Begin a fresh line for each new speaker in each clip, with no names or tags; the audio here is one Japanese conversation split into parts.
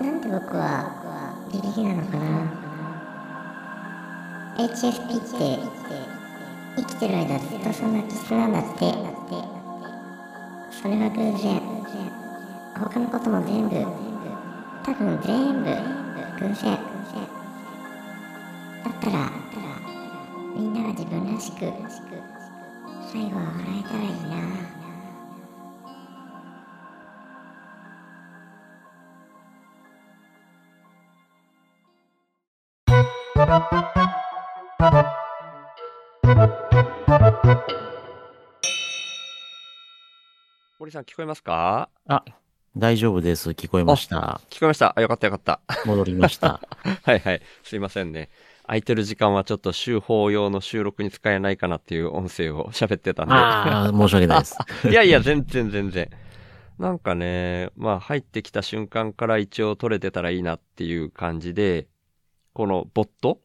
なんで僕はビビリなのかな HSP って生きてる間ずっとそんな気質なんだってそれは偶然他のことも全部多分全部偶然だったらみんなが自分らしく最後は笑えたらいいな
森さん聞こえますか
大丈夫です。聞こえました。
聞こえました。あ、よかったよかった。
戻りました。
はいはい。すいませんね。空いてる時間はちょっと週報用の収録に使えないかなっていう音声を 喋ってたんで。
ああ、申し訳ないです。
いやいや、全然全然。なんかね、まあ入ってきた瞬間から一応取れてたらいいなっていう感じで、このボット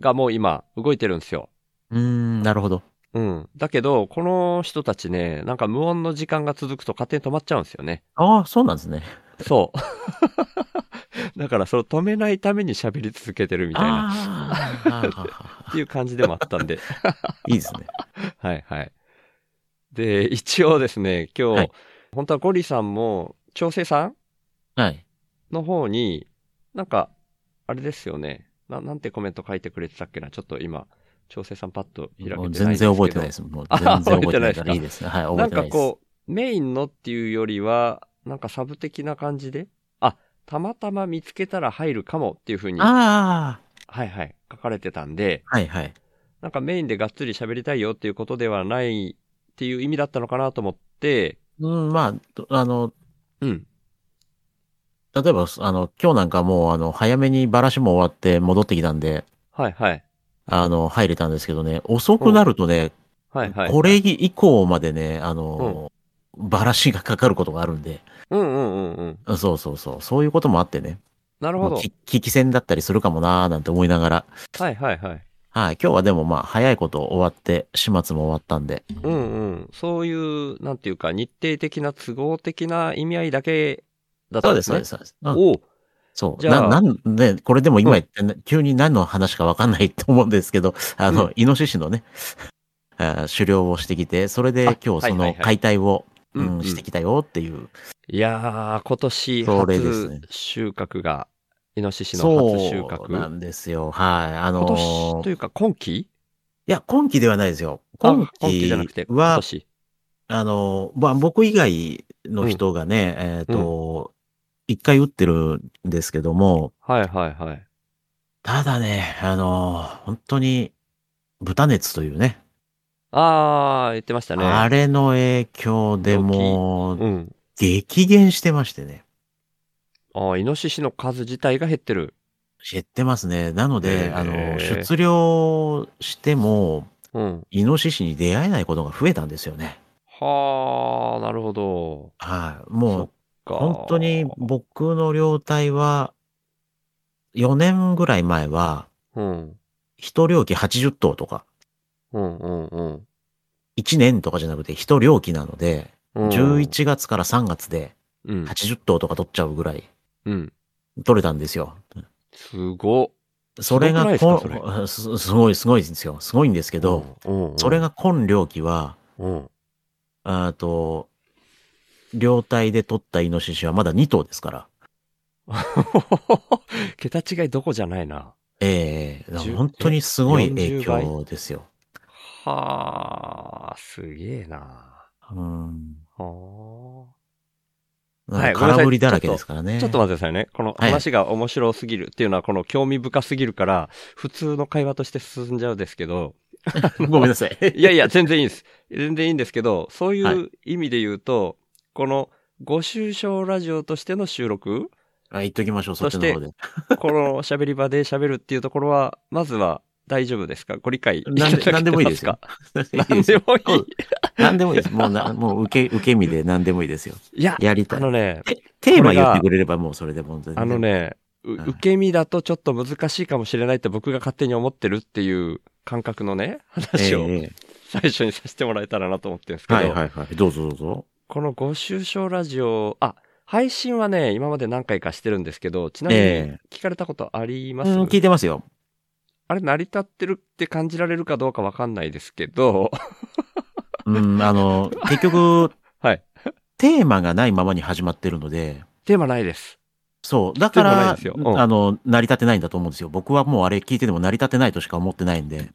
がもう今動いてるんですよ。
うーん、なるほど。
うん。だけど、この人たちね、なんか無音の時間が続くと勝手に止まっちゃうんですよね。
ああ、そうなんですね。
そう。 だから、それを止めないために喋り続けてるみたいな、
あーあー、あ ー
っていう感じでもあったんで。
いいですね。
はいはい。で、一応ですね、今日、
はい
本当はゴリさんも、調整さん
はい。
の方に、なんか、あれですよね。ななんてコメント書いてくれてたっけなちょっと今、調整さんパッと開けてない
も
ん
う
ですけど。
全然覚えてないです。もう全然覚えてないからいいですね。はい、覚
な
え
ん
て
か
ないです。
こう、メインのっていうよりは、なんかサブ的な感じで、あ、たまたま見つけたら入るかもっていう風に、は
あ
いはい、書かれてたんで、
あ、はいはい。
なんかメインでがっつり喋りたいよっていうことではないっていう意味だったのかなと思って、
うん、まあど、あの、
うん。
例えば、あの、今日なんかもう、あの、早めにバラシも終わって戻ってきたんで、
はいはい。
あの、入れたんですけどね、遅くなるとね、
はいはい。
これ以降までね、あの、バラシがかかることがあるんで、
うんうんうんうん。
そうそうそう、そういうこともあってね、
なるほど
まあ。き危機戦だったりするかもなーなんて思いながら、
はいはいはい。
はい、今日はでもまあ、早いこと終わって、始末も終わったんで、
うんうん。そういう、なんていうか、日程的な都合的な意味合いだけだった
そ
ん
う
ですね。
です、そうです、そうです。うん
おう
そう。
じゃあ
な、なんで、これでも今言ってね、急に何の話かわかんないと思うんですけど、あの、イノシシのね、あー狩猟をしてきて、それで
あ
今日そ
はいはい
の
はい
解体を、
う
うんん
うん
してきたよっていう。
いやー、今年
それです
初
ね
収穫が、イノシシの初収
そうな
穫。
んですよ。はい。あ
今
の
年と
ー
いうか今期
いや、今期ではないですよ。
あ
今
今期じゃなくて
期
今
は、
年。
あのー、まあ、僕以外の人がね、えっと、一回打ってるんですけども、
はいはいはい。
ただね、あのー、本当に、豚熱というね、
あー、言ってましたね。
あれの影響で
ドキ
も
う。
うん激減してましてね。
あー、イノシシの数自体が減ってる。
減ってますね。なの
へ
で、
ー
あの、出漁しても、
うん。
イノシシに出会えないことが増えたんですよね。
はー、なるほど。
はい。もう、
か
本当に僕の領体は、4年ぐらい前は、
うん。
一漁期80頭とか、
うんうんうん。
1年とかじゃなくて一漁期なので、
うん、
11月から3月で
うん。
80頭とか取っちゃうぐらい
うん。
取れたんですよ。
すごっ。
それが
すご
こ
くないですか
す、すごい、すごいんですよ。すごいんですけど、
うん、うん
それ、が今猟期は、
うん。
あと、猟体で取ったイノシシはまだ2頭ですから。
桁違いどこじゃないな。
ええだから
10
本当にすごい
40
影響ですよ。
はー、すげえな。
うん。
はは
ないんか空振りだらけですから
ー
ね。
ちょっと待ってくださいね。この
はい
話が面白すぎるっていうのは、この興味深すぎるから、普通の会話として進んじゃうんですけど、
ごめんなさい。
いやいや、全然いいです。全然いいんですけど、そうい
は
う意味で言うと、この、ご愁傷ラジオとしての収録、
あ言っときましょう、そっちの方で。
この喋り場で喋るっていうところは、まずは大丈夫ですかご理解いただ
なん
けてますか
でなんでもいいです よ。
何でもいい。
何でもいいです。もうな、もう受け、受け身で何でもいいですよ。
いや、
やりた
あ
い。
のね、
テテー
こ
マ
れ
言
が
ってくれればもうそれで本当に。
あの。ね、う
はい
受け身だとちょっと難しいかもしれないって僕が勝手に思ってるっていう感覚のね、
え
話
え
を
え
最初にさせてもらえたらなと思ってるんです
え
け
はい
ど、
はいはい。どうぞどうぞ。
このご愁傷ラジオ、あ、配信はね、今まで何回かしてるんですけど、ちなみに
え
聞かれたことあります、
うん、聞いてますよ。
あれ、成り立ってるって感じられるかどうかわかんないですけ ど、
うん、あの、結局、
はい。
テーマがないままに始まってるので、
テーマないです。
そう。だか
でもない
ら、
ですようん
あの、成り立てないんだと思うんですよ。僕はもうあれ聞いてても成り立てないとしか思ってないん で。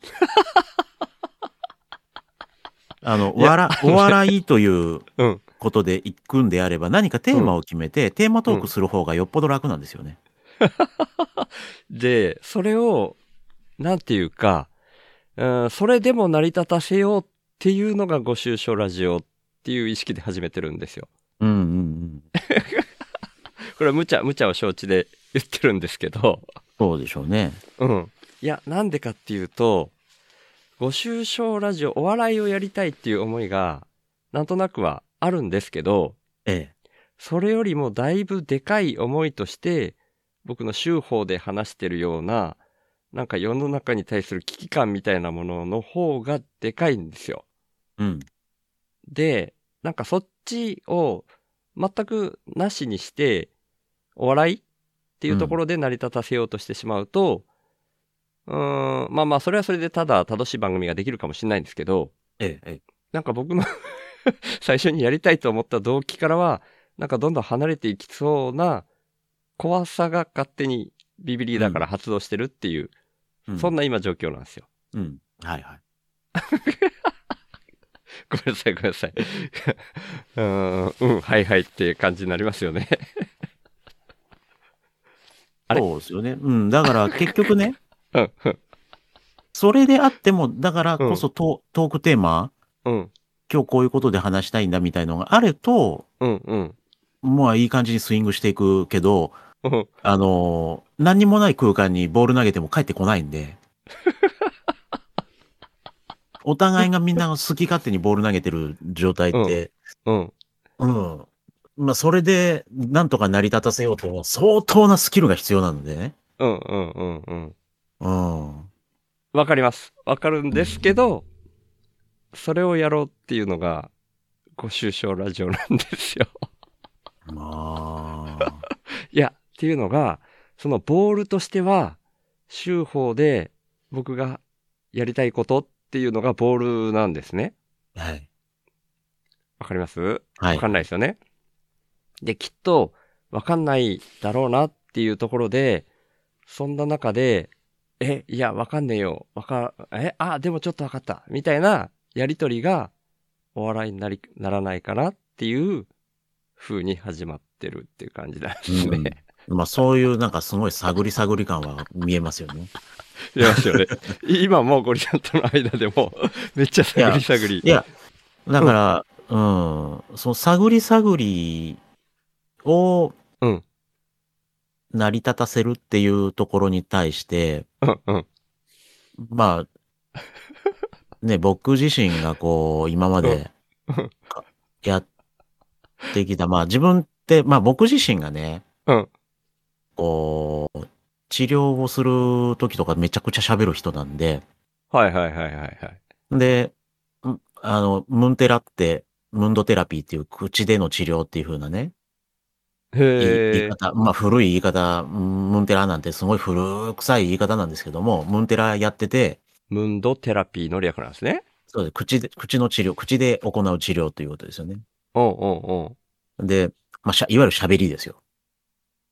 あの、
いや
わら、お笑いという
うん
ことで行くんであれば、何かテーマを決めて、テーマトークする方がよっぽど楽なんですよね。
で、それを、なんていうか、うん、それでも成り立たせようっていうのがご愁傷ラジオっていう意識で始めてるんですよ。
うんうんうん。
これは無茶、無茶を承知で言ってるんですけど、
そうでしょうね。
うん。いや、なんでかっていうと、ご愁傷ラジオ、お笑いをやりたいっていう思いが、なんとなくはあるんですけど、
ええ。
それよりもだいぶでかい思いとして、僕の修法で話してるような、なんか世の中に対する危機感みたいなものの方がでかいんですよ。
うん。
で、なんかそっちを全くなしにして、お笑いっていうところで成り立たせようとしてしまうと、うーん、まあまあ、それはそれでただ楽しい番組ができるかもしれないんですけど、
ええ、ええ。
なんか僕の 最初にやりたいと思った動機からは、なんかどんどん離れていきそうな怖さが勝手にビビリだから発動してるっていう、
う
そん。な今状況なんですよ。
うん。はいはい。
ごめんなさい、ごめんなさい。 うーん、うん、はいはいって感じになりますよね。あれ
そうですよね。うん。だから結局ね、
うん、
それであっても、だからこそト,、トークテーマ、
うん、
今日こういうことで話したいんだみたいのがあると、
うん、うん、
まあいい感じにスイングしていくけど、
うん。
あのー何にもない空間にボール投げても帰ってこないん で。お互いがみんな好き勝手にボール投げてる状態って、
うん。
うん。まあそれでなんとか成り立たせようとも相当なスキルが必要なのでね。
うん、うん、うん、うん。
うん。
わかります。わかるんですけど、それをやろうっていうのが、ご愁傷ラジオなんですよ。
まあ。
いや、っていうのが、そのボールとしては、修法で僕がやりたいことっていうのがボールなんですね。
はい。
わかります
は
わ
い
か。んないですよね。で、きっと、わかんないだろうなっていうところで、そんな中で、え、いや、わかんねえよ。わか、え、あ、でもちょっとわかった。みたいなやりとりが、お笑いになり、ならないかなっていう風に始まってる っていう感じなんです
うん
ね。
まあそういうなんかすごい探り探り感は見えますよね。
出ましたよね。今もうゴリさんとの間でも、 めっちゃ探り探り。
いや、だから、うん、その探り探りを、
うん
成り立たせるっていうところに対して、
うんうん。
まあ、ね、僕自身がこう、今まで
うんうん
やってきた、まあ自分って、まあ僕自身がね、
うん
こう、治療をする時とかめちゃくちゃ喋る人なんで、
はいはいはいはいはい。
で、んあの、ムンテラって、ムンドテラピーっていう口での治療っていう風なね、言い言
へ
い
ー
方、まあ古い言い方、ムンテラなんてすごい古臭い言い方なんですけども、ムンテラやってて、
ムンドテラピーの略なんですね。
そうです口で、口の治療、口で行う治療ということですよね。
うんうんうん。
で、まあ、しゃいわゆる喋りですよ。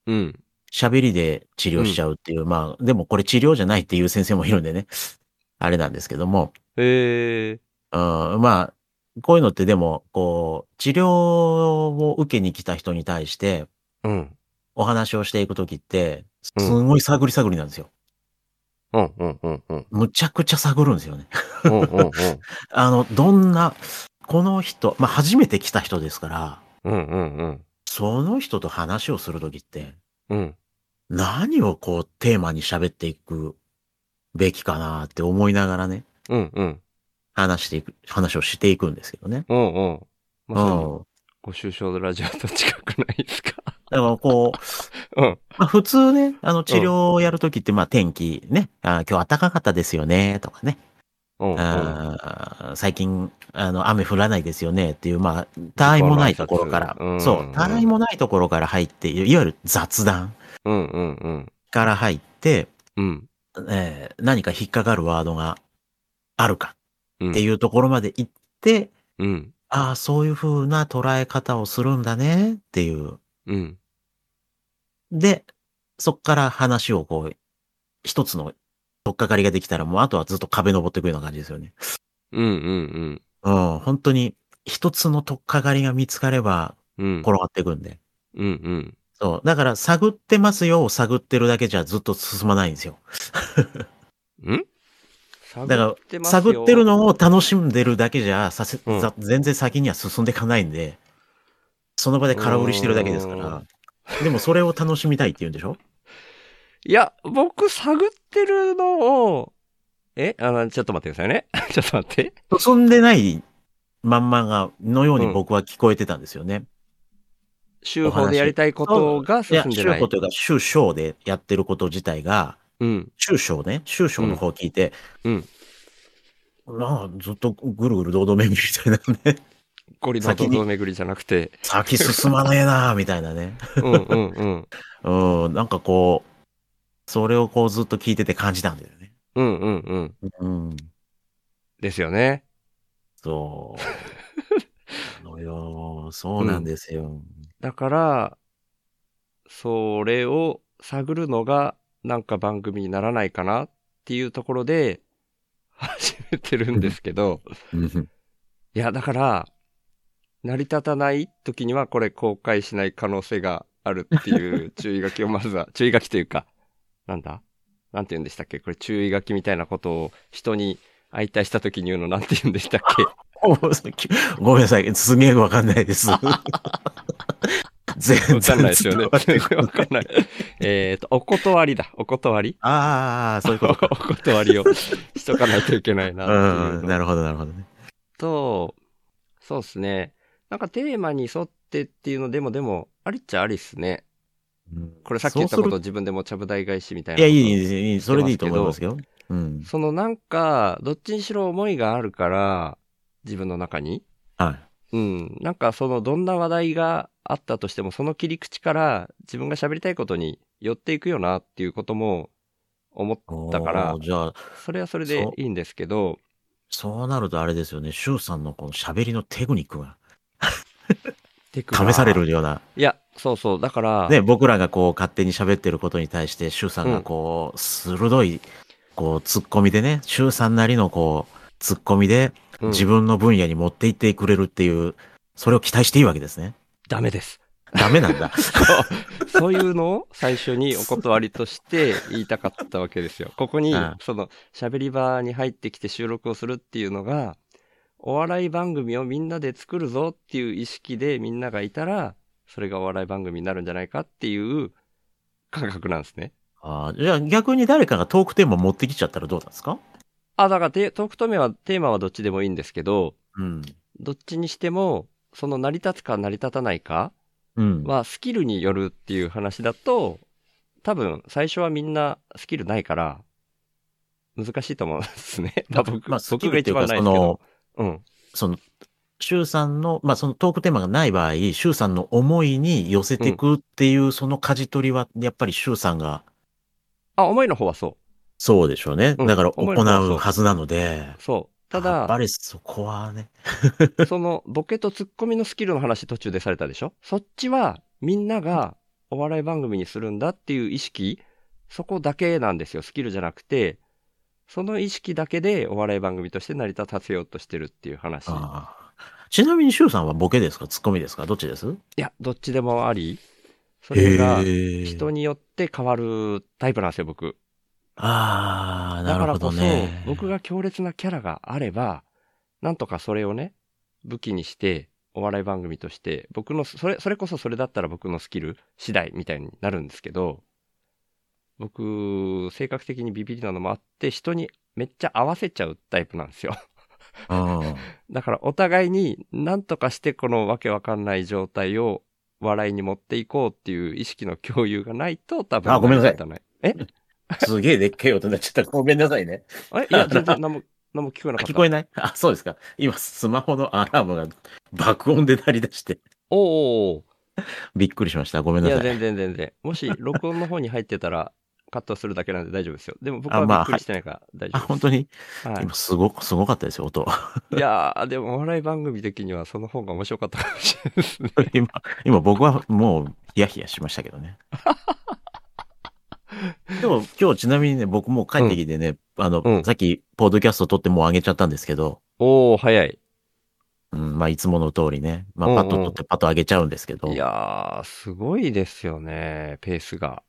うん。
喋りで治療しちゃうっていう、まあ、でもこれ治療じゃないっていう先生もいるんでね、あれなんですけども、
へえ。
うん、まあ、こういうのってでも、こう、治療を受けに来た人に対して、
うん。
お話をしていくときって、す
うん
ごい探り探りなんですよ。
うんうんうんうん。
むちゃくちゃ探るんですよね。
うんうん
あの、どんな、この人、まあ、初めて来た人ですから、
うん。うんうんうん。
その人と話をするときって、
うん。
何をこうテーマに喋っていくべきかなって思いながらね、
うんうん。
話していく、話をしていくんですけどね。
うんうん。
う
まさに、
ん。
ご愁傷のラジオと近くないですか
だからこう、
うん。
まあ、普通ね、あの治療をやるときって、まあ天気ね、あー今日暖かかったですよね、とかね。
うんうん
あー最近、あの、雨降らないですよねっていう、まあ、他愛もないところから
うんうん、
そう、他愛もないところから入って、いわゆる雑談
うんうんうん。
から入って、
うん。
えー何か引っかかるワードがあるか
うん。
っていうところまで行って、
うん。
ああ、そういう風な捉え方をするんだねっていう。
うん。
で、そっから話をこう、一つの取っかかりができたら、もうあとはずっと壁登っていくような感じですよね。
うんうん
うん、本当に一つの取っかかりが見つかれば
うん。うん。
転がっていくんで。
うんうん。
そう。だから、探ってますよを探ってるだけじゃずっと進まないんですよ。
うん
だから、探ってるのを楽しんでるだけじゃさせ、
うん
ざ全然先には進んでいかないんで、その場で空売りしてるだけですから。でも、それを楽しみたいって言うんでしょ
いや、僕、探ってるのを、えあの、ちょっと待ってくださいね。ちょっと待って。
進んでないまんまが、のように僕は聞こえてたんですよね。
週報でやりたいことが
い
進
や、
んで
中
ない。
古というか、中小でやってること自体が、
うん。
中小ね、中小の方を聞いて、
うん。
まあ、ずっとぐるぐる堂々巡りみたいなね、
ゴリの堂々巡りじゃなくて。
先進まねえなあみたいなね。
うんうんうん。
うん、なんかこう、それをこうずっと聞いてて感じたんだよね。
うんうんうん。
うん。
ですよね。
そう。なのよ、そうなんですよ。
だから、それを探るのが、なんか番組にならないかなっていうところで、始めてるんですけど、
うん
いや、だから、成り立たない時にはこれ公開しない可能性があるっていう注意書きをまず は、注意書きというか、なんだなんて言うんでしたっけこれ注意書きみたいなことを人に相対した時に言うのなんて言うんでしたっけ
ごめんなさい。すげえ わかんないです。全 然
わかんないですよね。
伝わってこ
わかんない。えっと、お断りだ。お断り
ああ、そういうことか。、
お断りをしとかないといけないなっていううんの
なるほど、なるほどね。
と、そうですね。なんかテーマに沿ってっていうのでも、でも、ありっちゃありっすね。
うん
これさっき言ったこ
そ
と
うす
自分でもちゃぶ台返しみたい
る
ないこ
や、
と。
いい、いいいい、それでいいと思いますけど。うん。
そのなんか、どっちにしろ思いがあるから、自分の中に。
はい。
うん。なんかそのどんな話題があったとしても、その切り口から自分が喋りたいことに寄っていくよなっていうことも思ったから
おー、じゃあ、
それはそれでいいんですけど、
そうなるとあれですよね、シュウさんのこの喋りのテクニックが
テクが
試され。るような、
いや、そうそう。だから、
ね、僕らがこう勝手に喋ってることに対して、シュウさんがこう、鋭い、こう、突っ込みでね、シュウさんなりのこう、突っ込みで、
うん
自分の分野に持っていってくれるっていう、それを期待していいわけですね。
ダメです。
ダ メなんだ。
そうそういうのを最初にお断りとして言いたかったわけですよ。ここに
うん、
その、喋り場に入ってきて収録をするっていうのが、お笑い番組をみんなで作るぞっていう意識でみんながいたら、それがお笑い番組になるんじゃないかっていう感覚なんですね。
あーじゃあ逆に誰かがトークテーマ持ってきちゃったらどうなんですか
あ、だからテトークとめは、テーマはどっちでもいいんですけど、
うん。
どっちにしても、その成り立つか成り立たないか
うん。
はスキルによるっていう話だと、多分最初はみんなスキルないから、難しいと思うんです ね。まあ僕、
まあ
僕が一番ないですけど。うん。
その、周さんの、まあ、そのトークテーマがない場合、周さんの思いに寄せていくっていう、その舵取りは、やっぱり周さんが、
あ、思いの方はそ
そうでしょうね。
うん
だから
思
行
いの方そう
うはずなので、
う。そう。た
やっぱ
だ、
りそこはね、
そのボケとツッコミのスキルの話途中でされたでしょそっちはみんながお笑い番組にするんだっていう意識、そこだけなんですよ。スキルじゃなくて、その意識だけでお笑い番組として成り立たせようとしてるっていう話。
ああちなみに周さんはボケですかツッコミですかどっちです
いや、どっちでもあり。それが、
へえ
人によって変わるタイプなんですよ、僕。
ああ、
だ
な
か
る
ら
ほ
こ
ど
そ、
ね。
僕が強烈なキャラがあれば、なんとかそれをね、武器にして、お笑い番組として、僕の、それ、それこそそれだったら僕のスキル次第みたいになるんですけど、僕、性格的にビビりなのもあって、人にめっちゃ合わせちゃうタイプなんですよ。
うん。
だからお互いに何とかしてこのわけわかんない状態を笑いに持っていこうっていう意識の共有がないと多分。
あごめんなさい
成り立たない。
すげえでっけえ音になっちゃった。ごめんなさいね。
えいや、全然何も、何も聞こえなかった。
聞こえ
ない。
ない あ、そうですか。今、スマホのアラームが爆音で鳴り出して、
おうおうおう
びっくりしました。ごめん
い
な
や、
さい。
全然全然。も し、録音の方に入ってたら、カットするだけなんで大丈夫ですよ。でも僕
あ
はび
まあ
っくりしてないから大丈
あ、
夫
本
です。
当に、
はい
今、すごく、すごかったですよ、音。
いやー、でもお笑い番組的にはその方が面白かったかもしれないです ね。
今、今僕はもう、ヒヤヒヤしましたけ どね。でも、今日ちなみにね、僕もう帰ってきてね、あの、
うん
さっき、ポッドキャスト撮ってもう上げちゃったんですけど、
おー、早い。
うん、まあ、いつもの通りね、ま
うんう
あ、
ん
パッと撮ってパッと上げちゃうんですけど、
いやー、すごいですよね、ペース が。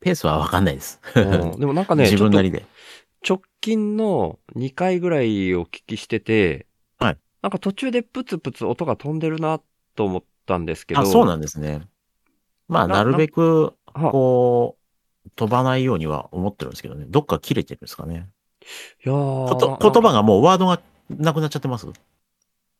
ペースはわかんないです。
うんでもなんかね、
自分なり
ちょっ
で。
と直近の2回ぐらいお聞きしてて、
はい
なんか途中でプツプツ音が飛んでるなと思ったんですけど。
あ、そうなんですね。まあ、
な
なるべく、
は
こう、飛ばないようには思ってるんですけどね。どっか切れてるんですかね。
いやー
こと言葉がもうワードがなくなっちゃってます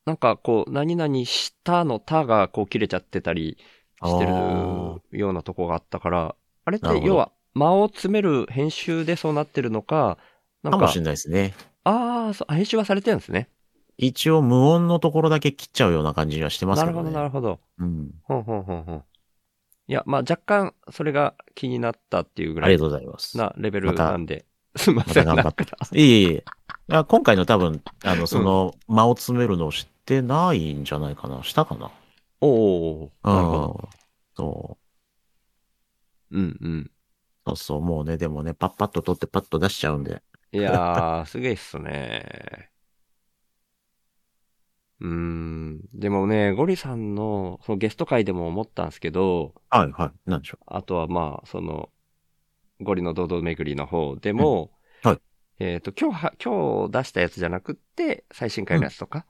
なんかこう、何々したのたがこう切れちゃってたりしてる
あー
ようなとこがあったから、あれっ
なる
て
ほど
要は間を詰める編集でそうなってるのか、な
か
んか、
もしれないですね。
あーそうあ、編集はされてるんですね。
一応無音のところだけ切っちゃうような感じはしてます
な
け
る
ど
ほ
ね。
ど、なるほど。
うん。
ほんほんほんほん。いや、まあ若干それが気になったっていうぐ
あ
ら
り
い
がとうございます。
なレベル
また
なんで。すいま
ま
せ
た
ん、な
頑
ん
張
か
ってます。いえいえ。いや今回の多分、あの、その、間を詰めるのを知ってないんじゃないかな。したかな。
おー、なるほど。
ど。そう。
うんうん。
そうそう、もうね、でもね、パッパッと取ってパッと出しちゃうんで。
いやー、すげえっすね。うーん。でもね、ゴリさんの、そのゲスト会でも思ったんですけど、
はいはい。なんでしょ
あとはまあ、その、ゴリの堂々巡りの方でも、
うんはい
えっ、と、今日は、今日出したやつじゃなくって、最新回のやつとか、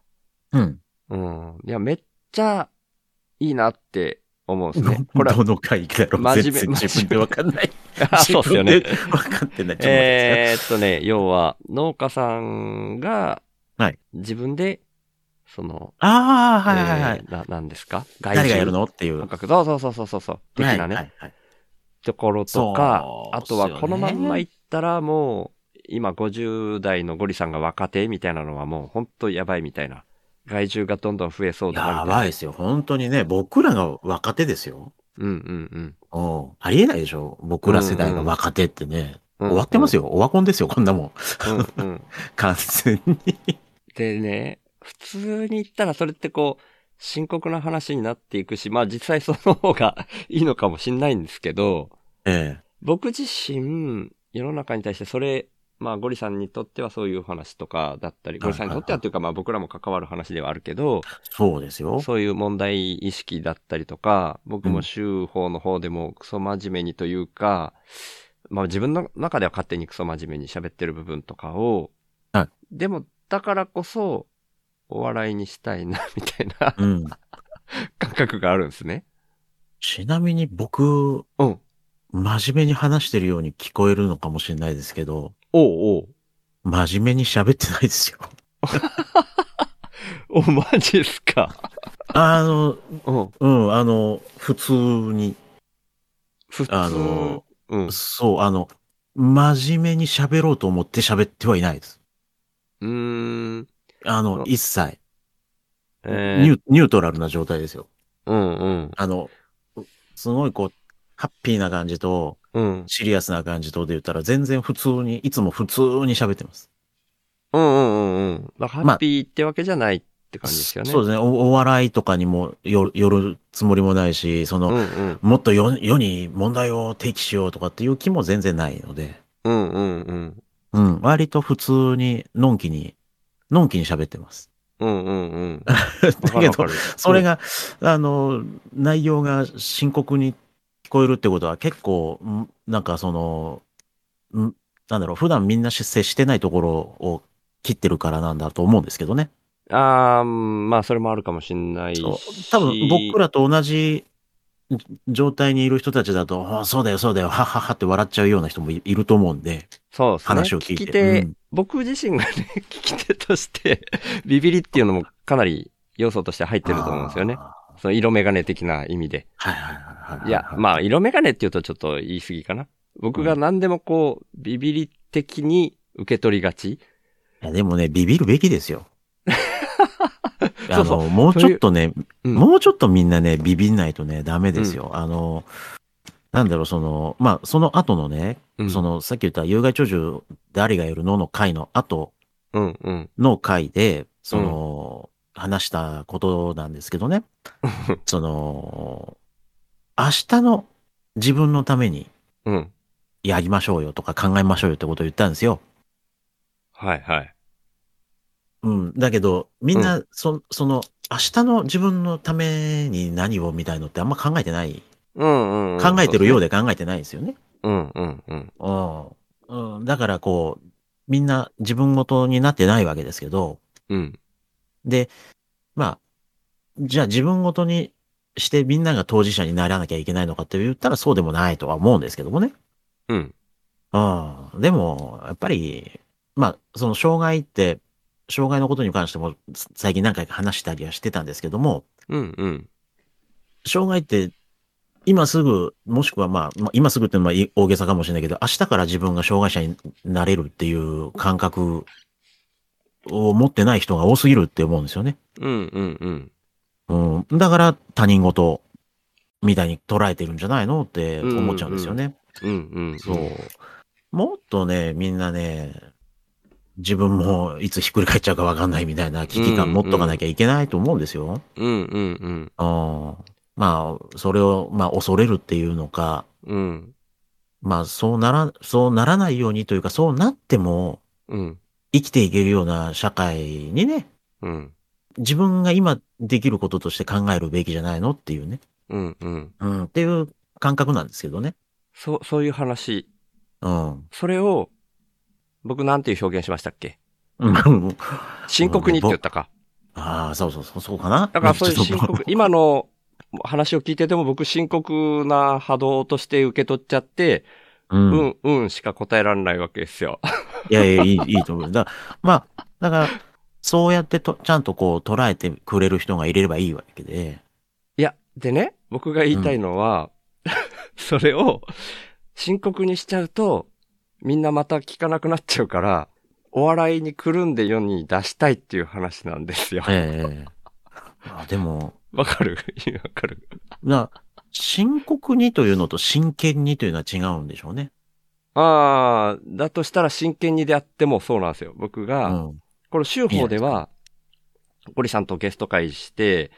う。うん。
うん。いや、めっちゃいいなって思うんですね。これは、
どの回だろう
真面
全
目
然
真面目
自分でわかんない。
あそうっすよね
自。 分でわかってない。ちょっと待って
えーっとね、要は、農家さんが
はい、
自分で、その、
ああ、はいはいはい
え。ーな、なんですか外
誰がやるのってい
感
う。
覚そうそうそうそうそうそう。的なね、
はいはいはい
ところとか
そ、う
あと
そうっす
は
よね
このまんまいったらもう、今50代のゴリさんが若手みたいなのはもう本当やばいみたいな。害獣がどんどん増えそうだなみた
や
いな。
ばいですよ。本当にね、僕らが若手ですよ。
うんうん
うん。ありえないでしょ。僕ら世代が若手ってね。
うん。
終わってます
よ。
よ。オワコンですよ、こんなもん。
うんうん。
完全 に。
でね、普通に言ったらそれってこう、深刻な話になっていくし、まあ実際その方がいいのかもしんないんですけど、
ええ。
僕自身、世の中に対してそれ、まあゴリさんにとってはそういう話とかだったり、ゴリさんにとってはというかまあ僕らも関わる話ではあるけど、
そうですよ。
そういう問題意識だったりとか、僕も州法の方でもクソ真面目にというか、まあ自分の中では勝手にクソ真面目に喋ってる部分とかを、
はい
でもだからこそお笑いにしたいなみたいな
うん。
感覚があるんですね。
ちなみに僕、
うん。
真面目に話してるように聞こえるのかもしれないですけど、
おう
真面目に喋ってないですよ。
おう。お、マジっすか。
あの、
うん。
うん、あの、普通に、
普通。
あの、
うん。う
そう、あの、真面目に喋ろうと思って喋ってはいないです。
ーん。
あ
そう
の、一切、
え
ニ
ー、
ュ、ニュートラルな状態ですよ。
うんうん。
あの、すごいこう、ハッピーな感じと、
うん。
シリアスな感じとで言ったら、全然普通に、いつも普通に喋ってます。
うんうんうんうん。だから
ま
ハ
あ
ッピーってわけじゃないって感じですよね。
そうですねお。お笑いとかにもよよるつもりもないし、その、
うんうん。
もっと世世に問題を提起しようとかっていう気も全然ないので、
うんうんうん。
うん、割と普通に、のんきに、のんきに喋ってます。
うんうんうん。
だ
わか
け
るわか
ど、
る。
それが、あの、内容が深刻に聞こえるってことは結構、んなんかその、んなんだろう、普段みんな出世してないところを切ってるからなんだと思うんですけどね。
うん。ああ、まあ、それもあるかもしんないし。
そう多分僕らと同じ状態にいる人たちだと、あそうだよそうだよ、はっはっはって笑っちゃうような人もいいると思うんで。
そうですね。
話を聞いて
き手
うん
僕自身がね、 聞き手として、ビビりっていうのもかなり要素として入ってると思うんですよね
あ。ー
その色眼鏡的な意味で。
はいはいはいはいはい。
いや、まあ、色眼鏡っていうとちょっと言い過ぎかな。僕が何でもこう、ビビり的に受け取りがち
いやでもね、ビビるべきですよ。
そ
あの
うそう
もうちょっとね、
うん
もうちょっとみんなね、ビビんないとね、ダメですよ。あの、なんだろう、その、まあ、その後のね、
うん
その、さっき言った有害鳥獣誰がいるのの回の後
うんうん。
の回で、その、話したことなんですけどね、その、明日の自分のために
うん。
やりましょうよとか考えましょうよってことを言ったんですよ。
はいはい。
うん。だけど、みんな、そその、明日の自分のために何をみたいのってあんま考えてない。
うんうん、うん。
考えてるよう
で。
で考えてないですよね。
うんうんうん。
うん。うん、だからこう、みんな自分ごとになってないわけですけど、
うん。
で、まあ、じゃあ自分ごとにしてみんなが当事者にならなきゃいけないのかって言ったらそうでもないとは思うんですけどもね。
うん。
うん。でも、やっぱり、まあ、その障害って、障害のことに関しても最近何回か話したりはしてたんですけども、
うんうん。
障害って今すぐ、もしくはまあ、まあ今すぐっていうのは大げさかもしれないけど、明日から自分が障害者になれるっていう感覚を持ってない人が多すぎるって思うんですよね。
うんうんうん。
うん。だから他人事みたいに捉えてるんじゃないのって思っちゃうんですよね。
うんうん。
そう。もっとね、みんなね、自分もいつひっくり返っちゃうかわかんないみたいな危機感持っとかなきゃいけないと思うんですよ。
うんうんうん。
うん。まあ、それを、まあ、恐れるっていうのか、
うん
まあ、そうなら、そうならないようにというか、そうなっても
うん
生きていけるような社会にね、
うん。
自分が今できることとして考えるべきじゃないのっていうね。
うんうん。
うん。っていう感覚なんですけどね。
そう、そういう話。
うん。
それを、僕なんていう表現しましたっけ
うん
深刻にって言ったか。
ああ、そうそうそう、そうかな。
だからそういう
ちょ
深
っと
刻、今の話を聞いてても僕深刻な波動として受け取っちゃって、
う。
うんん、うんしか答えられないわけですよ。
いやいや、いい、いいと思う。だまあ、だから、そうやってと、ちゃんとこう、捉えてくれる人がいれればいいわけで。
いや、でね、僕が言いたいのは、 それを深刻にしちゃうと、みんなまた聞かなくなっちゃうから、お笑いにくるんで世に出したいっていう話なんですよ。
ええ。まあ、でも、
わかる わかる。
な、深刻にというのと真剣にというのは違うんでしょうね。
ああ、だとしたら真剣にであってもそうなんですよ。僕
う
が、
ん。
この週報では、ゴリさんとゲスト会して、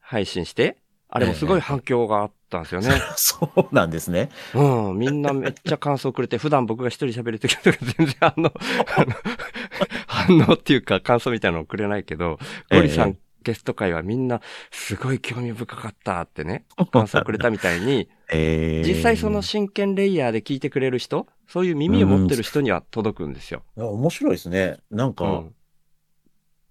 配信して、あれもすごい反響があったんですよね。
そうなんですね。
うん、みんなめっちゃ感想くれて、 普段僕が一人喋るときとか全然あ の、あの反応っていうか感想みたいなのくれないけど、ゴリさ
え
んゲスト会はみんなすごい興味深かったってね、感想くれたみたいに、
ええ
実際その真剣レイヤーで聞いてくれる人、そういう耳を持ってる人には届くんですよ。
いや面白いですね。なん
う
か、
ん。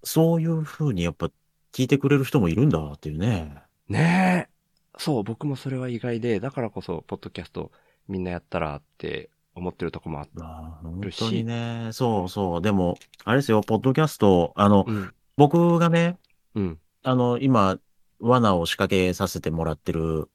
そういうふうにやっぱ聞いてくれる人もいるんだっていうね。
ねえ。そう、僕もそれは意外で、だからこそ、ポッドキャストみんなやったらって思ってるとこもあった。
ああ本当にね。そうそう。でも、あれですよ、ポッドキャスト、あの、
うん。
僕がね、
うん。
あの、今、罠を仕掛けさせてもらってる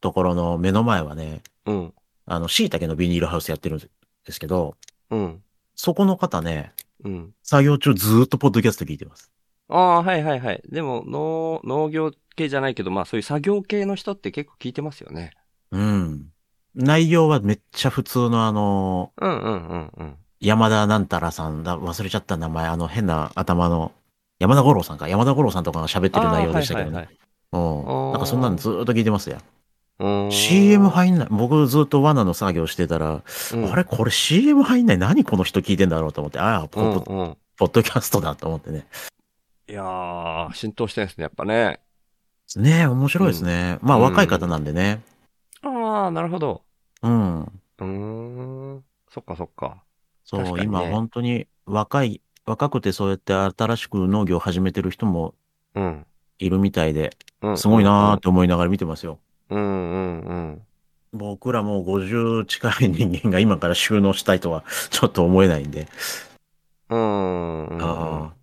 ところの目の前はね、
うん。
あの、椎茸のビニールハウスやってるんですけど、
うん。
そこの方ね、
うん。
作業中ずーっとポッドキャスト聞いてます。
ああ、はいはいはい。でも、農、農業系じゃないけど、まあそういう作業系の人って結構聞いてますよね。
うん。内容はめっちゃ普通のあの、
うんうんうんうん。
山田なんたらさんだ、忘れちゃった名前、あの変な頭の、山田五郎さんか、山田五郎さんとかが喋ってる内容でしたけど
あー
ね。う
あー
ん。なんかそんなのずーっと聞いてますよ。
はいはいはい、うーん
CM 入んない。僕ずっと罠の作業してたら、
うん
あれこれ CM 入んない。何この人聞いてんだろうと思って、ああ、ポ,、
うんうん。
ポッドキャストだと思ってね。
いやー、浸透してんですね、やっぱね。
ねえ、面白いですね。まあ
うん
若い方なんでね。
ああ、なるほど。
うん。
うーん。そっかそっか。
そう、
確かにね
今本当に若い、若くてそうやって新しく農業を始めてる人も
うん。
いるみたいで、
うん。
すごいなーって思いながら見てますよ。
うんうんうん。
僕らもう50近い人間が今から収納したいとは ちょっと思えないんで、
うんうんうん。
あ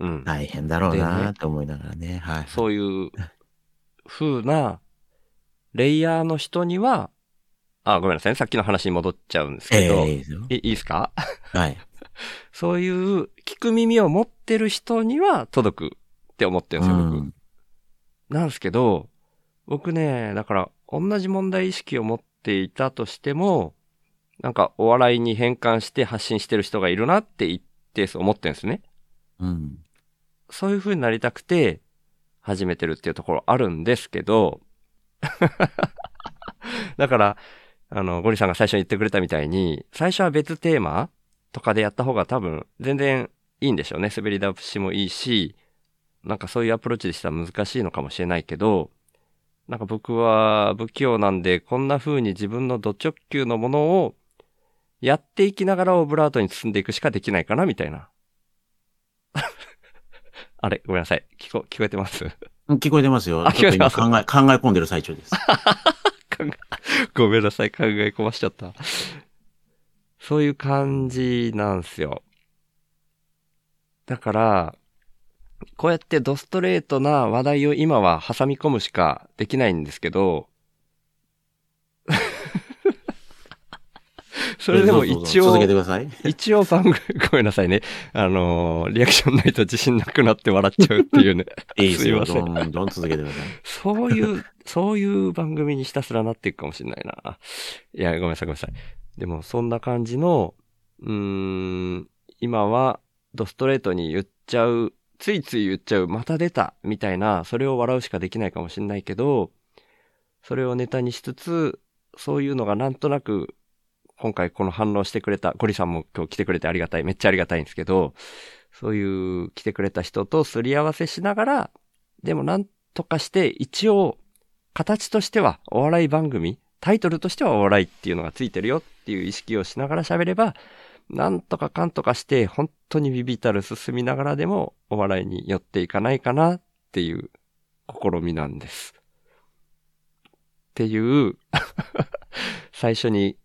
うん。
大変だろう
で
なー
ね
って思いながらね。はい。
そういう風な、レイヤーの人には、あ、ごめんなさいね。さっきの話に戻っちゃうんです
え
け
え
ど、
いいですよ
いいいですか
はい。
そういう聞く耳を持ってる人には届くって思ってるんですよ、僕。
うん
なんですけど、僕ね、だから、同じ問題意識を持っていたとしても、なんか、お笑いに変換して発信してる人がいるなって一定数思ってるんですね。
うん。
そういう風になりたくて、始めてるっていうところあるんですけど、 だから、あの、ゴリさんが最初に言ってくれたみたいに、最初は別テーマとかでやった方が多分、全然いいんでしょうね。滑り出しもいいし、なんかそういうアプローチでしたら難しいのかもしれないけど、なんか僕は不器用なんで、こんな風に自分のド直球のものをやっていきながらオブラートに包んでいくしかできないかな、みたいな。あれ、ごめんなさい。聞こ、聞こえてます
聞こえてますよ
あ。
ちょっと今
聞こえ
考え、考え込んでる最中です。
ごめんなさい。考え込ましちゃった。そういう感じなんすよ。だから、こうやってドストレートな話題を今は挟み込むしかできないんですけ ど、 それでも
どうぞどうぞ
一応
続け、てください。
一応番組、ごめんなさいね。あのーリアクションないと自信なくなって笑っちゃうっていうね。
いいですよ。
すいま
どんどん続けてください。
そういう、 そういう番組にひたすらなっていくかもしれないな。いや、ごめんなさい、ごめんなさい。でも、そんな感じの、うーん、今は、ドストレートに言っちゃう、ついつい言っちゃう、また出た、みたいな、それを笑うしかできないかもしれないけど、それをネタにしつつ、そういうのがなんとなく、今回この反応してくれた、ゴリさんも今日来てくれてありがたい、めっちゃありがたいんですけど、そういう来てくれた人とすり合わせしながら、でもなんとかして、一応、形としてはお笑い番組、タイトルとしてはお笑いっていうのがついてるよっていう意識をしながら喋れば、なんとかかんとかして、本当にビビたる進みながらでもお笑いに寄っていかないかなっていう試みなんです。っていう、最初に、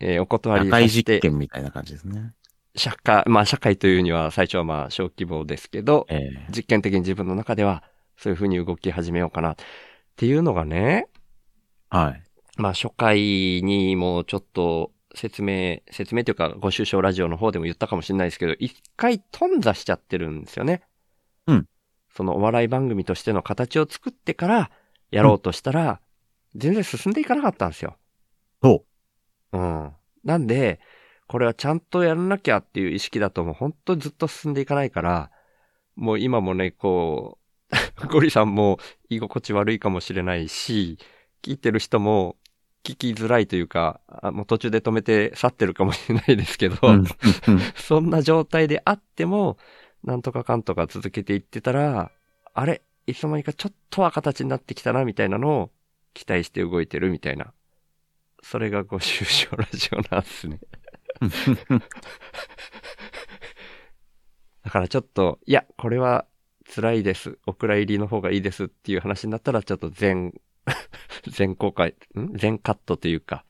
えーお断り
社
さ
会
せ
実
て、
験みたいな感じですね。
社会、まあ社会というには最初はまあ小規模ですけど、
ええ
実験的に自分の中ではそういう風に動き始めようかなっていうのがね、
はい。
まあ初回にもちょっと説明、説明というかご愁傷ラジオの方でも言ったかもしれないですけど、一回頓挫しちゃってるんですよね。
うん。
そのお笑い番組としての形を作ってからやろうとしたら、全然進んでいかなかったんですよ。
そう。
うん。なんで、これはちゃんとやらなきゃっていう意識だともう本当ずっと進んでいかないから、もう今もね、こう、 ゴリさんも居心地悪いかもしれないし、聞いてる人も聞きづらいというか、あもう途中で止めて去ってるかもしれないですけど、
うんうんうん
そんな状態であっても、なんとかかんとか続けていってたら、あれいつの間にかちょっとは形になってきたな、みたいなのを期待して動いてるみたいな。それが ご愁傷ラジオなんですね。だからちょっと、いや、これは辛いです。お蔵入りの方がいいですっていう話になったら、ちょっと 全、全公開、ん全カットというか、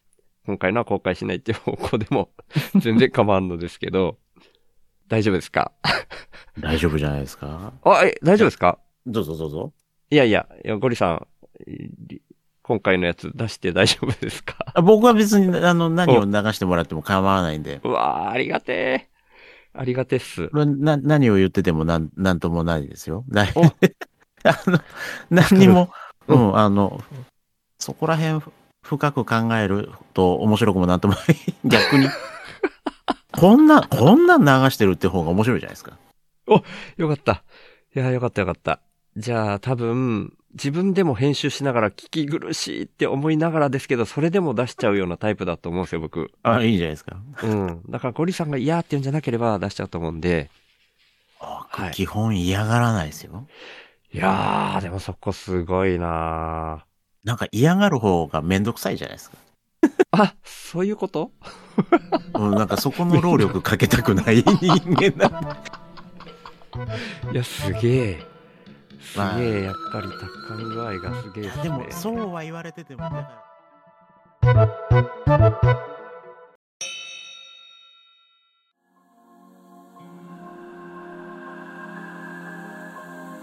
今回のは公開しないっていう方向でも 全然構わんのですけど、大丈夫ですか
大丈夫じゃないですか。
あ、え、大丈夫ですか
どうぞどうぞ。
いやいや、いやゴリさん、り今回のやつ出して大丈夫ですか
あ僕は別に、あの、何を流してもらっても構わないんで。
うわー、ありがてー。ありがてっす
こ。れな何を言っててもなん、なんともないですよ。 ない
お
あの、何にも、
う
うんん、あの、そこら辺ふ深く考えると面白くもなんともない。 逆に。こんな、こんなん流してるって方が面白いじゃないですか。
よかった。いやー、よかったよかった。じゃあ、多分、自分でも編集しながら聞き苦しいって思いながらですけど、それでも出しちゃうようなタイプだと思うんですよ、僕。
あ、いいじゃないですか。
うん。だから、ゴリさんが嫌って言うんじゃなければ出しちゃうと思うんで。
僕
はい
基本嫌がらないですよ。
いやー、でもそこすごいな
なんか嫌がる方がめんどくさいじゃないですか。
ー。あ、そういうこと
うん、なんかそこの労力かけたくない人間だ。
いや、すげえ。す
まあ
げえ、やっぱり達観具合がすげえ
い
で
や
すね。
でも、そうは言われてても、だから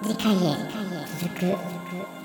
次回へ続く。